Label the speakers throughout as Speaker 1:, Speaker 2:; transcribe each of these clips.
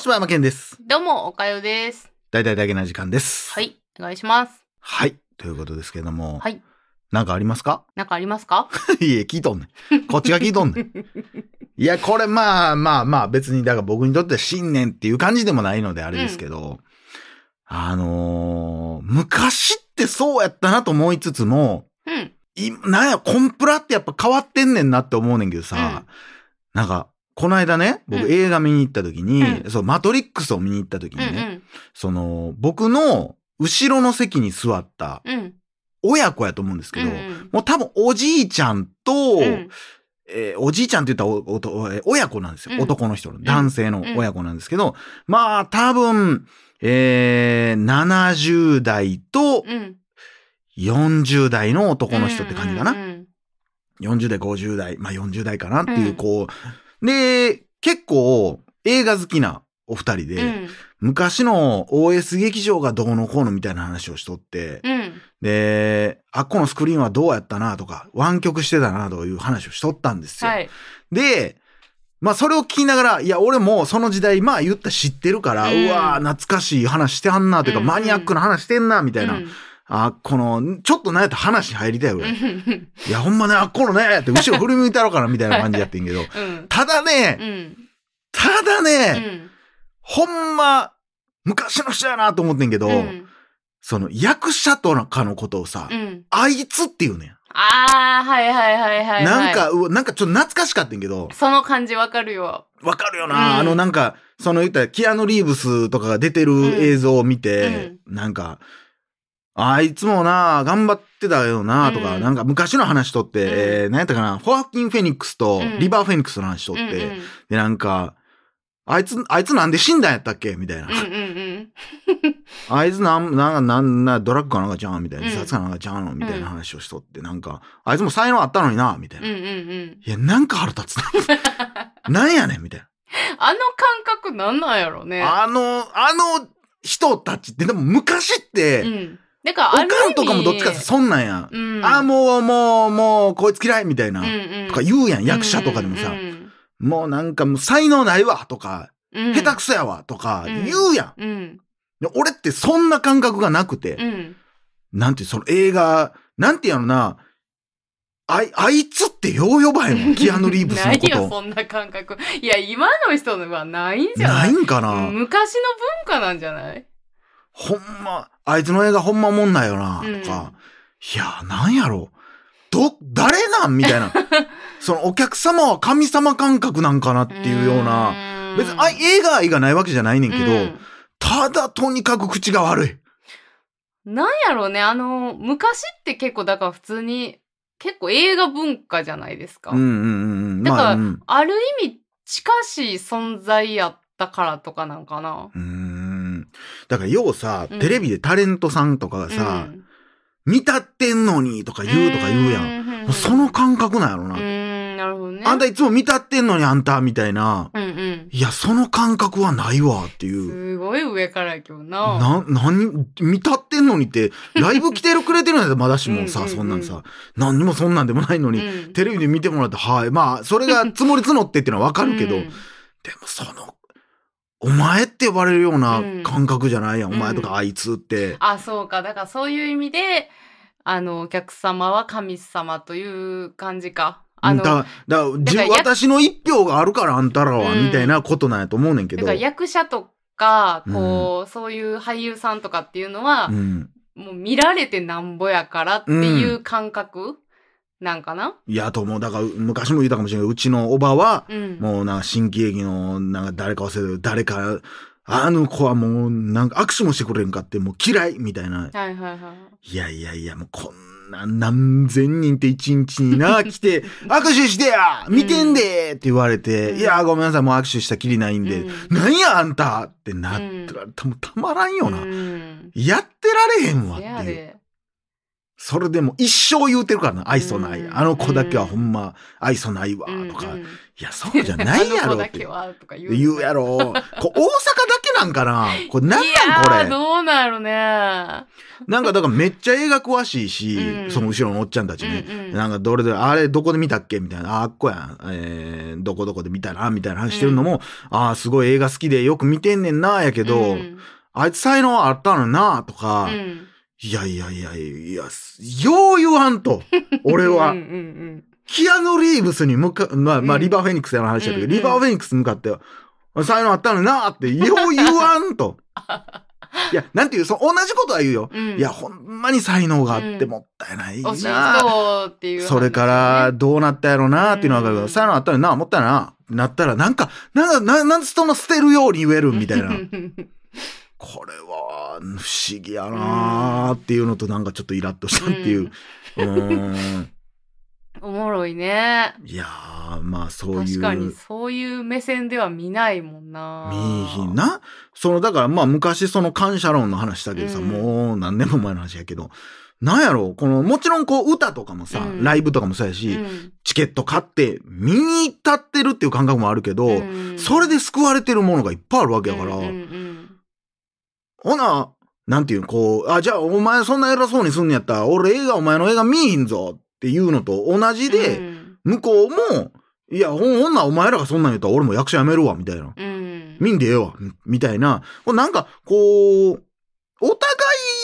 Speaker 1: 柴山健です。
Speaker 2: どうも、おかよです。
Speaker 1: 大体だけな時間です。。
Speaker 2: はいい、お願いします。
Speaker 1: はい。ということですけども。
Speaker 2: はい。
Speaker 1: なんかありますか
Speaker 2: なんかありますか
Speaker 1: いえ、聞いとんねん。こっちが聞いとん ねん。いや、これまあまあまあ別に、だから僕にとって新年っていう感じでもないのであれですけど、あのー昔ってそうやったなと思いつつも、
Speaker 2: うん。
Speaker 1: いなんや、コンプラってやっぱ変わってんねんなって思うねんけどさ、なんか、この間ね、
Speaker 2: う
Speaker 1: 僕
Speaker 2: ん
Speaker 1: 映画見に行った時に、
Speaker 2: う
Speaker 1: そう、マトリックスを見に行った時
Speaker 2: う
Speaker 1: に
Speaker 2: ん
Speaker 1: ね、その、僕の後ろの席に座った
Speaker 2: うん。うん。
Speaker 1: 親子やと思うんですけ
Speaker 2: う
Speaker 1: ど、
Speaker 2: ん。
Speaker 1: もう多分おじいちゃんと、
Speaker 2: うん。
Speaker 1: えーおじいちゃんって言ったらおおとえー親子なんですよ。
Speaker 2: うん
Speaker 1: 男の人の、男性の
Speaker 2: うん
Speaker 1: 親子なんですけど、まあ多分、えー、70代と
Speaker 2: うん。
Speaker 1: 40代の男の人って感じかな。
Speaker 2: うん。
Speaker 1: 40代、50代、まあ40代かなって
Speaker 2: う
Speaker 1: いう、
Speaker 2: ん
Speaker 1: こう。で、結構映画好きなお二人で、
Speaker 2: うん。
Speaker 1: 昔の OS 劇場がどうのこうのみたいな話をしとって、
Speaker 2: うん。
Speaker 1: で、あっこのスクリーンはどうやったなとか、湾曲してたなという話をしとったんですよ。
Speaker 2: はい。
Speaker 1: で、まあそれを聞きながら、いや俺もその時代、まあ言ったら知ってるから、う
Speaker 2: うん
Speaker 1: わー懐かしい話してはんなというか、
Speaker 2: うん
Speaker 1: マニアックな話してんなみたいな、
Speaker 2: うん
Speaker 1: あっこの、ちょっとなんやったら話入りたい俺。い
Speaker 2: うん。
Speaker 1: やほんまね、あっこのね、って後ろ振り向いたろかなみたいな感じやってんけど、
Speaker 2: うん。
Speaker 1: ただ
Speaker 2: う
Speaker 1: ね、
Speaker 2: ん。
Speaker 1: ただ
Speaker 2: う
Speaker 1: ね、
Speaker 2: ん。
Speaker 1: ほんま、昔の人やなと思ってんけど、
Speaker 2: うん。
Speaker 1: その役者とかのことをさ、
Speaker 2: うん。
Speaker 1: あいつっていうねん。
Speaker 2: あー、はいはいはいはい。
Speaker 1: なん、か、うわなんかちょっと懐かしかったんけど、
Speaker 2: その感じわかるよ。
Speaker 1: わかるよな、
Speaker 2: うん
Speaker 1: あのなんか、その言ったら、キアヌ・リーブスとかが出てる映像を見て、なんか、あいつもな、頑張ってたよな、とか、
Speaker 2: うん
Speaker 1: なんか昔の話とって、
Speaker 2: うん
Speaker 1: えー何やったかな、ホアキン・フェニックスと
Speaker 2: うん
Speaker 1: リバー・フェニックスの話と
Speaker 2: う
Speaker 1: っ
Speaker 2: ん
Speaker 1: て、
Speaker 2: うん。うん
Speaker 1: で、なんか、あいつ、あいつなんで死んだんやったっけみたいな。
Speaker 2: うん
Speaker 1: あいつなん、なん、なん、なん、ドラッグかなんかちゃうんみたいな、
Speaker 2: うん
Speaker 1: 自殺かなんかちゃうのみたいな話をしとって、なんか、あいつも才能あったのにな、みたい
Speaker 2: うん。
Speaker 1: な。
Speaker 2: うん
Speaker 1: い
Speaker 2: うんうん。
Speaker 1: や、なんか腹立つな。なんやねんみたい な。
Speaker 2: あの感覚なんなんやろね。
Speaker 1: あの、あの人たちって、でも昔っ
Speaker 2: う
Speaker 1: て、
Speaker 2: ん。だから、
Speaker 1: お
Speaker 2: ある
Speaker 1: か
Speaker 2: 意
Speaker 1: ん
Speaker 2: 味
Speaker 1: とかもどっちかってそんなんやん。
Speaker 2: うん。
Speaker 1: あ、もう、もう、もう、こいつ嫌いみたいな
Speaker 2: う、んうん。
Speaker 1: とか言うやん、役者とかでもさ
Speaker 2: う。ん
Speaker 1: もうなんか、もう才能ないわ、とか、
Speaker 2: うんうん、
Speaker 1: 下手くそやわ、とか、
Speaker 2: うん
Speaker 1: 言うや
Speaker 2: うん
Speaker 1: ん。で俺ってそんな感覚がなく
Speaker 2: う
Speaker 1: て、
Speaker 2: ん
Speaker 1: なんていう、その映画、なんていうのな、あい、あいつってよう呼ばへ んわ、キアヌ・リーブスのこ
Speaker 2: ない
Speaker 1: と。
Speaker 2: よそんな感覚いや今の人のはないんじゃな
Speaker 1: ないいんかな、
Speaker 2: 昔の文化なんじゃない
Speaker 1: ほんま、あいつの映画ほんまおもんないよな、
Speaker 2: うん
Speaker 1: とか、いや、なんやろ。ど、誰なんみたい な。そのお客様は神様感覚なんかなっていうような。
Speaker 2: な
Speaker 1: 別にあ映画愛がないわけじゃないねんけど、
Speaker 2: うん
Speaker 1: ただとにかく口が悪い。
Speaker 2: なんやろうねあの昔って結構だから普通に結構映画文化じゃないですか、
Speaker 1: うんうんうんうん。
Speaker 2: だ
Speaker 1: ま
Speaker 2: か
Speaker 1: あ、
Speaker 2: ら
Speaker 1: うん。
Speaker 2: ある意味近しい存在やったからとかなんかな
Speaker 1: うーんだからようさ、
Speaker 2: うん
Speaker 1: テレビでタレントさんとかがさ、
Speaker 2: うん
Speaker 1: 見立ってんのにとか言うとか言うやん。も
Speaker 2: ん
Speaker 1: うその感覚なんやろな。
Speaker 2: うんなるほどね
Speaker 1: あんたいつも見立ってんのにあんたみたいな。
Speaker 2: うんうん
Speaker 1: いや、その感覚はないわっていう。
Speaker 2: すごい上から今日な
Speaker 1: な、何、見立ってんのにって、ライブ来てるくれてるんやったらまだしも
Speaker 2: うん
Speaker 1: さ、
Speaker 2: うんうん
Speaker 1: そんなんさ、何にもそんなんでもないのに、
Speaker 2: うん
Speaker 1: テレビで見てもらって、はい、まあ、それが積もり積もってっていうのはわかるけど、
Speaker 2: う
Speaker 1: で
Speaker 2: ん
Speaker 1: もその、お前って呼ばれるような
Speaker 2: うん
Speaker 1: 感覚じゃないやん、
Speaker 2: う
Speaker 1: お
Speaker 2: ん
Speaker 1: 前とかあいつって。
Speaker 2: あそうかだからそういう意味であのお客様は神様という感じか。あの
Speaker 1: だだだ自
Speaker 2: だからや
Speaker 1: 私の一票があるからあんたらは、
Speaker 2: うん
Speaker 1: みたいなことなんやと思うねんけ
Speaker 2: だ
Speaker 1: ど。
Speaker 2: から役者とかこう、そういう俳優さんとかっていうのは
Speaker 1: う、ん、
Speaker 2: もう見られてなんぼやからっていう感覚なんかな。
Speaker 1: いやと思うだから昔も言ったかもしれんけどうちのおばは、
Speaker 2: うん、
Speaker 1: もうなんか新喜劇のなんか誰か忘れてる誰かあの子はもうなんか握手もしてくれんかってもう嫌いみたい な。
Speaker 2: はいはいはい。
Speaker 1: いやいやいやもうこんな何千人って一日にな来 て握手してや見てんでって言われて、
Speaker 2: うん
Speaker 1: いやごめんなさいもう握手したきりないんで、
Speaker 2: うん
Speaker 1: なんやあんたってなったら、もうたまらんよな、
Speaker 2: うん
Speaker 1: やってられへんわっ
Speaker 2: せや
Speaker 1: ていう。
Speaker 2: で
Speaker 1: それでも一生言うてるからな、愛想ない。
Speaker 2: うん
Speaker 1: あの子だけはほんま、愛想ないわ、とか。
Speaker 2: うん
Speaker 1: いや、そうじゃないや
Speaker 2: あの
Speaker 1: ろっ
Speaker 2: 子だ
Speaker 1: て
Speaker 2: け。はとか言う。
Speaker 1: 言うやろ。これ大阪だけなんかなこれなん
Speaker 2: いや
Speaker 1: なん
Speaker 2: ー
Speaker 1: これ。
Speaker 2: どうなるね。
Speaker 1: なんかだからめっちゃ映画詳しいし、
Speaker 2: うん
Speaker 1: その後ろのおっちゃんたちね。
Speaker 2: うんうん
Speaker 1: なんかどれで、あれどこで見たっけみたいな、ああっこやん、えーどこどこで見たな、みたいな話してるのも、ああ、すごい映画好きでよく見てんねんな、やけど、
Speaker 2: うん
Speaker 1: あいつ才能あったのにな、とか、
Speaker 2: うん
Speaker 1: いやいやいやいや、よう言わん と、俺は
Speaker 2: うん。うんうん
Speaker 1: キアヌ・リーブスに向か、まあまあ、
Speaker 2: うん
Speaker 1: リバー・フェニックスやの話だけど、
Speaker 2: うんうん
Speaker 1: リバー・フェニックスに向かって、才能あったのになーって、よう言わん と。いや、なんていう、その同じことは言うよ。
Speaker 2: うん
Speaker 1: いや、ほんまに才能があってもったいない
Speaker 2: 惜しい
Speaker 1: な、
Speaker 2: 人っていう話ね、
Speaker 1: それから、どうなったやろなーっていうのは分かるけ
Speaker 2: う
Speaker 1: ど、
Speaker 2: ん
Speaker 1: 才能あったのにな、もったいないな、なったら、なんか、なんか、ななんつとの捨てるように言えるみたいな
Speaker 2: う。ん
Speaker 1: これは、不思議やなーっていうのと、なんかちょっとイラッとしたっていう。うーん。
Speaker 2: おもろいね。
Speaker 1: いやー、まあ、そういう。
Speaker 2: 確かにそういう目線では見ないもんな。
Speaker 1: 見いひん。な。その、だからまあ昔その感謝論の話したけどさ、
Speaker 2: うん
Speaker 1: もう何年も前の話やけど、なんやろう、この、もちろんこう歌とかもさ、
Speaker 2: うん
Speaker 1: ライブとかもそうや
Speaker 2: う
Speaker 1: し、
Speaker 2: ん
Speaker 1: チケット買って見に行ったってるっていう感覚もあるけど、
Speaker 2: うん
Speaker 1: それで救われてるものがいっぱいあるわけやから、
Speaker 2: うんうん
Speaker 1: ほな、なんていうの、こう、あ、じゃあお前そんな偉そうにすんのやったら、俺映画お前の映画見いひんぞっていうのと同
Speaker 2: う
Speaker 1: じ
Speaker 2: ん
Speaker 1: で、
Speaker 2: うん
Speaker 1: 向こうも、いや、ほんほんならお前らがそんなん言ったら俺も役者辞めるわ、みたいな。
Speaker 2: うん
Speaker 1: 見んでええわ、みみたいな。こうなんか、こう、お互い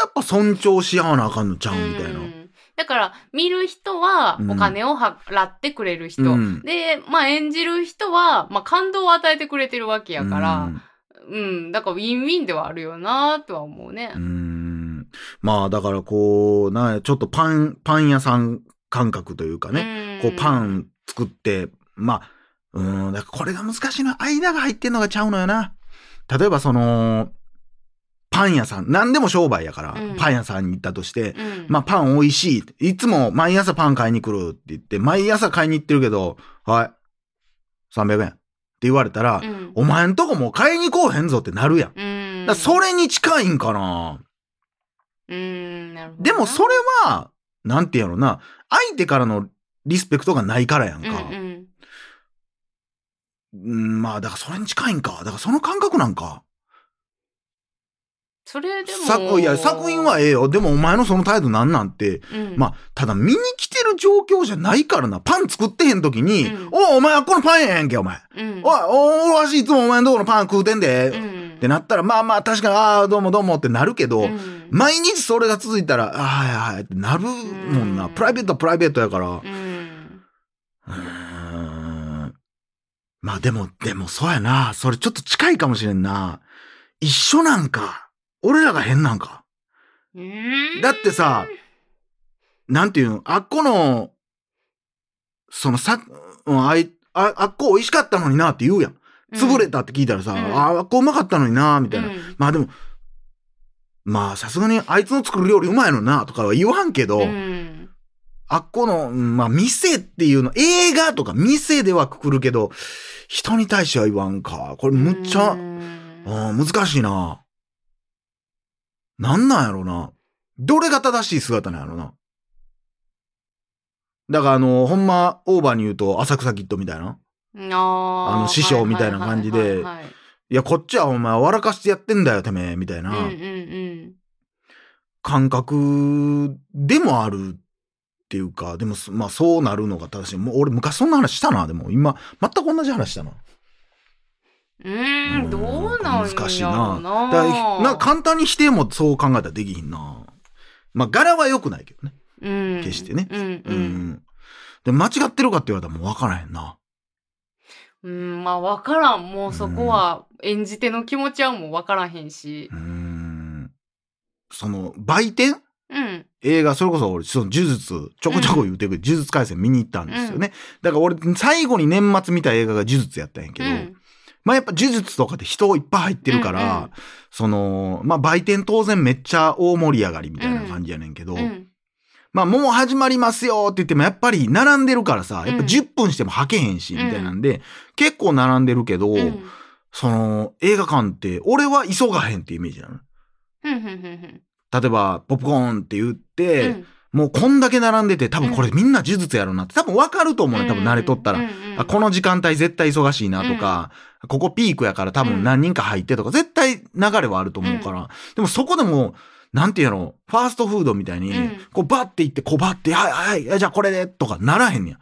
Speaker 1: やっぱ尊重し合わなあかんのちゃうみたいな。
Speaker 2: うんだから見る人は
Speaker 1: うん
Speaker 2: お金を払ってくれる人、
Speaker 1: うん
Speaker 2: で、まあ、演じる人は、まあ、感動を与えてくれてるわけやから、うん、だからウィンウィンではあるよなとは思うね
Speaker 1: うん。う。ん。まあ、だからこう、なんやちょっとパン、パン屋さん感覚というかね。
Speaker 2: ね
Speaker 1: こう、パン作って、まあ、うん、だからこれが難しいな。間が入ってんのがちゃうのよな。例えばその、パン屋さん、何でも商売やから、
Speaker 2: うん
Speaker 1: パン屋さんに行ったとして、
Speaker 2: うん、
Speaker 1: まあ、パン美味しい。いつも毎朝パン買いに来るって言って、毎朝買いに行ってるけど、はい、300円って言われたら、
Speaker 2: うん、
Speaker 1: お前んとこもう買いに来おへんぞってなるやん。だか
Speaker 2: うん、
Speaker 1: らそれに近いんかな。
Speaker 2: うん、なるほどな
Speaker 1: でもそれは、なんて言うのな、相手からのリスペクトがないからやんか。
Speaker 2: うんうん
Speaker 1: うん、まあ、だからそれに近いんか。だからその感覚なんか。
Speaker 2: それでも
Speaker 1: 作いや作品はええよ。でもお前のその態度なんなんて、
Speaker 2: うん
Speaker 1: まあ、ただ見に来てる状況じゃないからな。パン作ってへん時に、
Speaker 2: うん
Speaker 1: おいお前あっこのパンやんけ、お前。
Speaker 2: うん、
Speaker 1: おい、おおわしいつもお前のとこのパン食うてんで、
Speaker 2: う
Speaker 1: っ
Speaker 2: ん、
Speaker 1: てなったら、まあまあ確かに、ああ、どうもどうもってなるけど、
Speaker 2: うん
Speaker 1: 毎日それが続いたら、ああ、はいはいってなるもんな。
Speaker 2: うん
Speaker 1: プライベートはプライベートやから。う
Speaker 2: うん
Speaker 1: ーん。まあでも、でもそうやな。それちょっと近いかもしれんな。一緒なんか。俺らが変なんか。
Speaker 2: うん
Speaker 1: だってさ、なんていうの、あっこの、そのさ、うんあいああっこ美味しかったのになって言うやん。潰れたって聞いたらさ、
Speaker 2: うん
Speaker 1: ああっこうまかったのになみたいな。
Speaker 2: うん
Speaker 1: まあでも、まあさすがにあいつの作る料理うまいのになとかは言わんけど、
Speaker 2: うん
Speaker 1: あっこの、うんまあ店っていうの、映画とか店ではくくるけど、人に対しては言わんか。これむっちゃ、
Speaker 2: うん
Speaker 1: あー難しいな。なんなんやろな。どれが正しい姿なんやろな。だからあの、ほんま、オーバーに言うと、浅草キッドみたいな。
Speaker 2: あー
Speaker 1: あの師匠みたいな感じで
Speaker 2: はいはいはいはい
Speaker 1: いや、こっちはお前、笑かしてやってんだよ、てめえ、みたいな
Speaker 2: うんうん
Speaker 1: 感覚でもあるっていうか、でもそ、まあ、そうなるのが正しい。もう俺、昔そんな話したな、でも。今、全く同じ話したな。
Speaker 2: うん。うー
Speaker 1: うん
Speaker 2: ん、どうなんやろ
Speaker 1: 難
Speaker 2: う難
Speaker 1: し
Speaker 2: し
Speaker 1: い
Speaker 2: い
Speaker 1: なだ
Speaker 2: な。
Speaker 1: からなんか簡単に否定もそう考えたらできひんな。まあ、柄は良くないけどね。
Speaker 2: うん、
Speaker 1: 決してね
Speaker 2: うん
Speaker 1: う
Speaker 2: うん。
Speaker 1: ん。で、間違ってるかって言われたらもう分からへんな。
Speaker 2: うん、まあ分からん。もうそこは演じ手の気持ちはもう分からへんし
Speaker 1: う。ーん。その、売店
Speaker 2: うん。
Speaker 1: 映画、それこそ俺、その呪術、ちょこちょこ言うてるけど、呪術回戦見に行ったんですよね。だから俺、最後に年末見た映画が呪術やったんやけ
Speaker 2: う
Speaker 1: ど、
Speaker 2: ん。
Speaker 1: まあやっぱ呪術とかって人いっぱい入ってるから、
Speaker 2: うんうん
Speaker 1: その、まあ売店当然めっちゃ大盛り上がりみたいな感じやねんけど、
Speaker 2: うん。
Speaker 1: まあもう始まりますよって言ってもやっぱり並んでるからさ、やっぱ
Speaker 2: うん
Speaker 1: 10分しても吐けへんし、みたいなんで、結構並んでるけど、
Speaker 2: うん。
Speaker 1: その映画館って俺は急がへんっていうイメージなの。
Speaker 2: うん。うん。うん。
Speaker 1: 例えば、ポップコーンって言って、
Speaker 2: うん
Speaker 1: もうこんだけ並んでて、多分これみんな呪術やろうなって、多分わかると思うね。多分慣れとったら。あこの時間帯絶対忙しいなとか、ここピークやから多分何人か入ってとか、絶対流れはあると思うから、でもそこでも、なんていうの、ファーストフードみたいに、
Speaker 2: うん
Speaker 1: こうバッて行って、こうバッて、はいはいはい、じゃあこれで、とかならへんねや。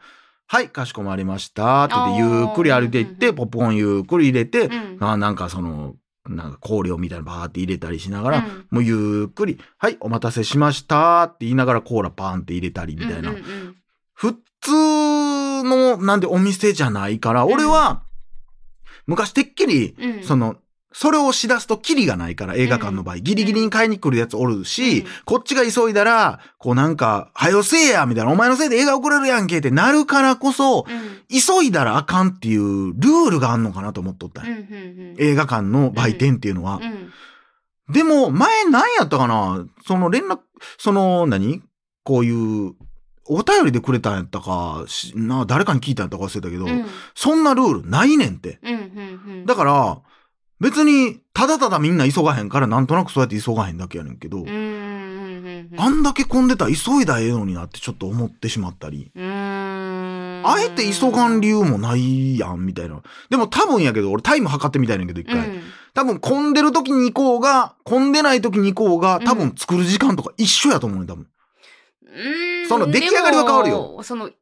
Speaker 1: はい、かしこまりました。って言って、
Speaker 2: あー
Speaker 1: ゆっくり歩いていっ
Speaker 2: うん
Speaker 1: て、
Speaker 2: うん
Speaker 1: ポップコーンゆっくり入れて、
Speaker 2: うん
Speaker 1: あなんかその、なんか香料みたいなのバーって入れたりしながら、
Speaker 2: うん
Speaker 1: もうゆっくり、はい、お待たせしましたって言いながらコーラパンって入れたりみたいな。
Speaker 2: うんうんうん
Speaker 1: 普通の、なんでお店じゃないから、
Speaker 2: ん
Speaker 1: 俺は、昔てっきり、
Speaker 2: うん
Speaker 1: その、それをしだすとキリがないから、映画館の場合、ギリギリに買いに来るやつおる
Speaker 2: う
Speaker 1: し
Speaker 2: ん、
Speaker 1: こっちが急いだら、こうなんか、はよせえや、みたいな、お前のせいで映画遅れるやんけってなるからこそ、
Speaker 2: うん
Speaker 1: 急いだらあかんっていうルールがあんのかなと思っとったん
Speaker 2: う
Speaker 1: よ
Speaker 2: んうんうん
Speaker 1: 映画館の売店っていうのは
Speaker 2: う。ん
Speaker 1: でも、前何やったかなその連絡、その何こういう、お便りでくれたんやったか、しな、誰かに聞いたんやったか忘れたけど、
Speaker 2: うん
Speaker 1: そんなルールないねんって。
Speaker 2: うんうんうん
Speaker 1: だから、別に、ただただみんな急がへんから、なんとなくそうやって急がへんだけやねんけど、
Speaker 2: うんうんうんうん
Speaker 1: あんだけ混んでたら急いだらええのになってちょっと思ってしまったり、
Speaker 2: うーん
Speaker 1: あえて急がん理由もないやん、みたいな。でも多分やけど、俺タイム測ってみたいねんけど、一回。
Speaker 2: うん
Speaker 1: 多分混んでる時に行こうが、混んでない時に行こうが、多分作る時間とか一緒やと思うねん、多分。
Speaker 2: うーん
Speaker 1: その出来上がりは変わるよ
Speaker 2: でもその急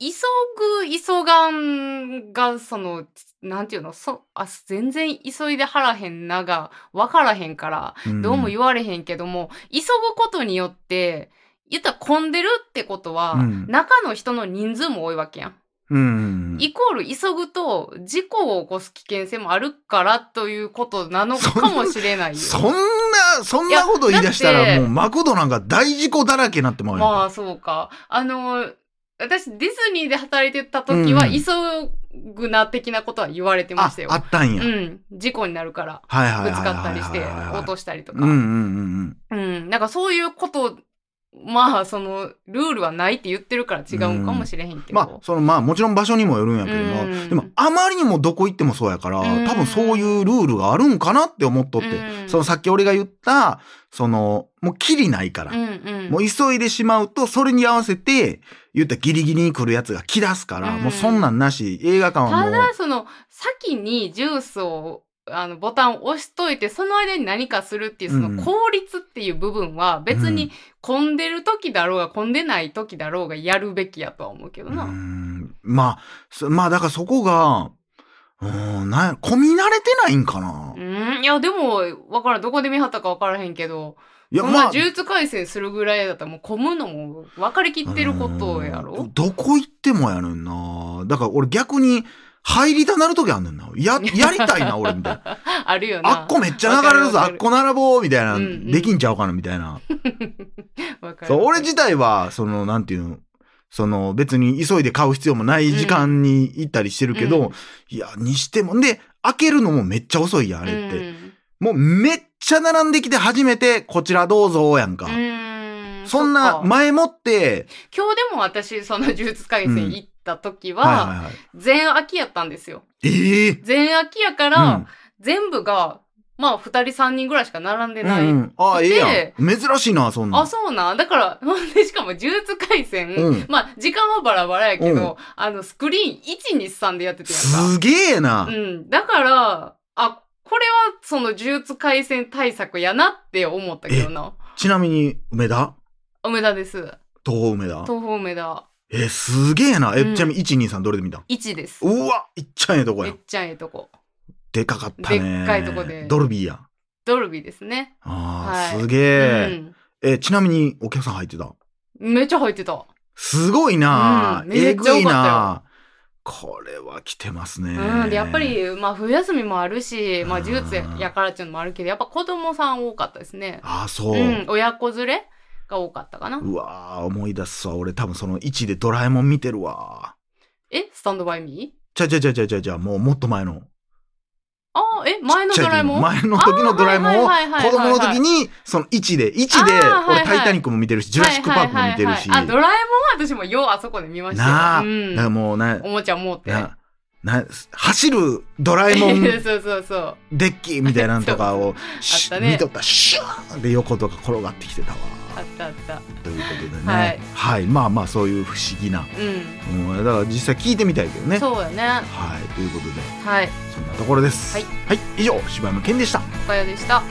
Speaker 2: ぐ急がんがそのなんていうのそあ全然急いではらへんなが分からへんから
Speaker 1: ん
Speaker 2: どうも言われへんけども、急ぐことによって言ったら混んでるってことは、
Speaker 1: うん
Speaker 2: 中の人の人数も多いわけやん。
Speaker 1: うん。
Speaker 2: イコール急ぐと事故を起こす危険性もあるからということなのかもしれない よ。
Speaker 1: そんな、そんなこと言い出した
Speaker 2: いやだっ
Speaker 1: ら、
Speaker 2: て
Speaker 1: もうマクドなんか大事故だらけになってまうやん
Speaker 2: まあそうか。あの、私ディズニーで働いてた時は
Speaker 1: うん
Speaker 2: 急ぐな的なことは言われてま
Speaker 1: あ
Speaker 2: したよ。
Speaker 1: あったん
Speaker 2: う
Speaker 1: や。
Speaker 2: ん。事故になるから。
Speaker 1: はいは
Speaker 2: ぶ
Speaker 1: い
Speaker 2: つ
Speaker 1: はい
Speaker 2: かっ
Speaker 1: は
Speaker 2: た
Speaker 1: い
Speaker 2: りして、
Speaker 1: はいはいはい
Speaker 2: 落としたりと
Speaker 1: うんう
Speaker 2: か。
Speaker 1: んうんうん。
Speaker 2: うん。なんかそういうこと、まあその、ルールはないって言ってるから違うんかもしれへんけど。
Speaker 1: まあ、そのまあもちろん場所にもよるんやけども、
Speaker 2: うん
Speaker 1: でもあまりにもどこ行ってもそうやから、
Speaker 2: うん
Speaker 1: 多分そういうルールがあるんかなって思っとって、
Speaker 2: うん
Speaker 1: そのさっき俺が言った、その、もうキリないから、
Speaker 2: うんうん。
Speaker 1: もう急いでしまうと、それに合わせて、言ったらギリギリに来るやつが来だすから、
Speaker 2: うん
Speaker 1: もうそんなんなし、映画館はも
Speaker 2: た
Speaker 1: う。
Speaker 2: だその先にジュースをあのボタンを押しといてその間に何かするっていうそ
Speaker 1: うん
Speaker 2: の効率っていう部分は別
Speaker 1: うん
Speaker 2: に混んでる時だろうが混んでない時だろうがやるべきやとは思うけど
Speaker 1: うー
Speaker 2: な。
Speaker 1: んまあ、そまあだからそこが、うーん、なんや、混み慣れてないんかな。
Speaker 2: うん、いやでもわからんどこで見張ったかわからへんけど
Speaker 1: いや、
Speaker 2: そんな
Speaker 1: まあ、
Speaker 2: 呪術廻戦するぐらいだったらもう混むのも分かりきってることや
Speaker 1: うー
Speaker 2: ろ
Speaker 1: んどこ行ってもやねんな。だから俺逆に入りたなるときあんねんな。 や、やりたいな、俺みたいな。
Speaker 2: あるよ
Speaker 1: あ
Speaker 2: な
Speaker 1: っ。こめっちゃ流れるぞ、あ
Speaker 2: わかるわかる
Speaker 1: っこ並ぼう、みたいな、
Speaker 2: うんうん
Speaker 1: できんちゃうかな、みたいな。
Speaker 2: わかる
Speaker 1: そう、俺自体は、その、なんていうの、その、別に急いで買う必要もない時間に行ったりしてるけど、
Speaker 2: う
Speaker 1: いや、にしても、で、開けるのもめっちゃ遅いやん、あれって。
Speaker 2: うん
Speaker 1: もうめっちゃ並んできて初めて、こちらどうぞ、やんか。
Speaker 2: うん
Speaker 1: そん
Speaker 2: っ
Speaker 1: な、
Speaker 2: か
Speaker 1: 前もって、
Speaker 2: 今日でも私その呪術廻戦行った時
Speaker 1: はい
Speaker 2: は
Speaker 1: はいはい。
Speaker 2: 全空きやったんですよ。
Speaker 1: ええ
Speaker 2: 全空きやか
Speaker 1: うん
Speaker 2: ら全部が、まあ2人3人ぐらいしか並んでない。
Speaker 1: うんうん、ああ、え
Speaker 2: で
Speaker 1: えやん。珍しいな、そんなん。
Speaker 2: あ、そうなん。だから、 ほんで、しかも、呪術廻戦、
Speaker 1: うん
Speaker 2: まあ、時間はバラバラやけ
Speaker 1: うん
Speaker 2: ど、あの、スクリーン1、2、3でやってたやんか。
Speaker 1: すげえな。
Speaker 2: うん。だから、あ、これは、その、呪術廻戦対策やなって思ったけどな。
Speaker 1: ちなみに、梅田
Speaker 2: 梅田です。
Speaker 1: 東宝梅田
Speaker 2: 東方梅田
Speaker 1: え、すげえな。え、
Speaker 2: うん
Speaker 1: ちなみに、1、2、3どれで見た
Speaker 2: 1です。
Speaker 1: うわいっちゃええとこ
Speaker 2: め
Speaker 1: や
Speaker 2: っ。ちゃええとこ。
Speaker 1: でかかったね。
Speaker 2: でっかいとこで
Speaker 1: ドルビーや。
Speaker 2: ドルビーですね。
Speaker 1: ああ、
Speaker 2: はい
Speaker 1: すげ
Speaker 2: う
Speaker 1: え、
Speaker 2: ん。
Speaker 1: え、ちなみに、お客さん入ってた
Speaker 2: めっちゃ入ってた。
Speaker 1: すごいな、
Speaker 2: うんめ
Speaker 1: え
Speaker 2: っちゃ
Speaker 1: ぐい
Speaker 2: 多か
Speaker 1: なこれは来てますね。
Speaker 2: うん、でやっぱ、り、まあ、冬休みもあるし、まあ、
Speaker 1: うん
Speaker 2: 呪術やからっていうのもあるけど、やっぱ子供さん多かったですね。
Speaker 1: ああ、そうう。
Speaker 2: ん、親子連れが多かったかな。
Speaker 1: うわー思い出すわ。俺多分その位置でドラえもん見てるわ。
Speaker 2: え、スタンドバイミー
Speaker 1: ちゃちゃちゃちゃちゃちゃ、もうもっと前の。
Speaker 2: ああ、え、前のドラえもん
Speaker 1: 前の時のドラえもんを、
Speaker 2: あはいはいはいはいはい
Speaker 1: 子供の時に、その位置で、位置で、
Speaker 2: あーはいは
Speaker 1: 俺
Speaker 2: い
Speaker 1: タイタニックも見てるし、ジュラシックパークも見てるし。
Speaker 2: はいはいはいはいあ、ドラえもんは私もようあそこで見ましたよ。
Speaker 1: なあ、
Speaker 2: う
Speaker 1: だから
Speaker 2: ん、
Speaker 1: もうね、
Speaker 2: おもちゃ持って。
Speaker 1: なな走るドラえもん
Speaker 2: そうそうそう
Speaker 1: デッキみたいなんとかをし
Speaker 2: あったね
Speaker 1: 見とったらシューンで横とか転がってきてたわ
Speaker 2: あったあった
Speaker 1: ということでね
Speaker 2: は
Speaker 1: はいい、まあまあそういう不思議な、
Speaker 2: う
Speaker 1: うん、だから実際聞いてみたいけどね
Speaker 2: んそうやね
Speaker 1: はいということで
Speaker 2: はい
Speaker 1: そんなところです
Speaker 2: はい、
Speaker 1: 以上柴山健でした
Speaker 2: おかよでした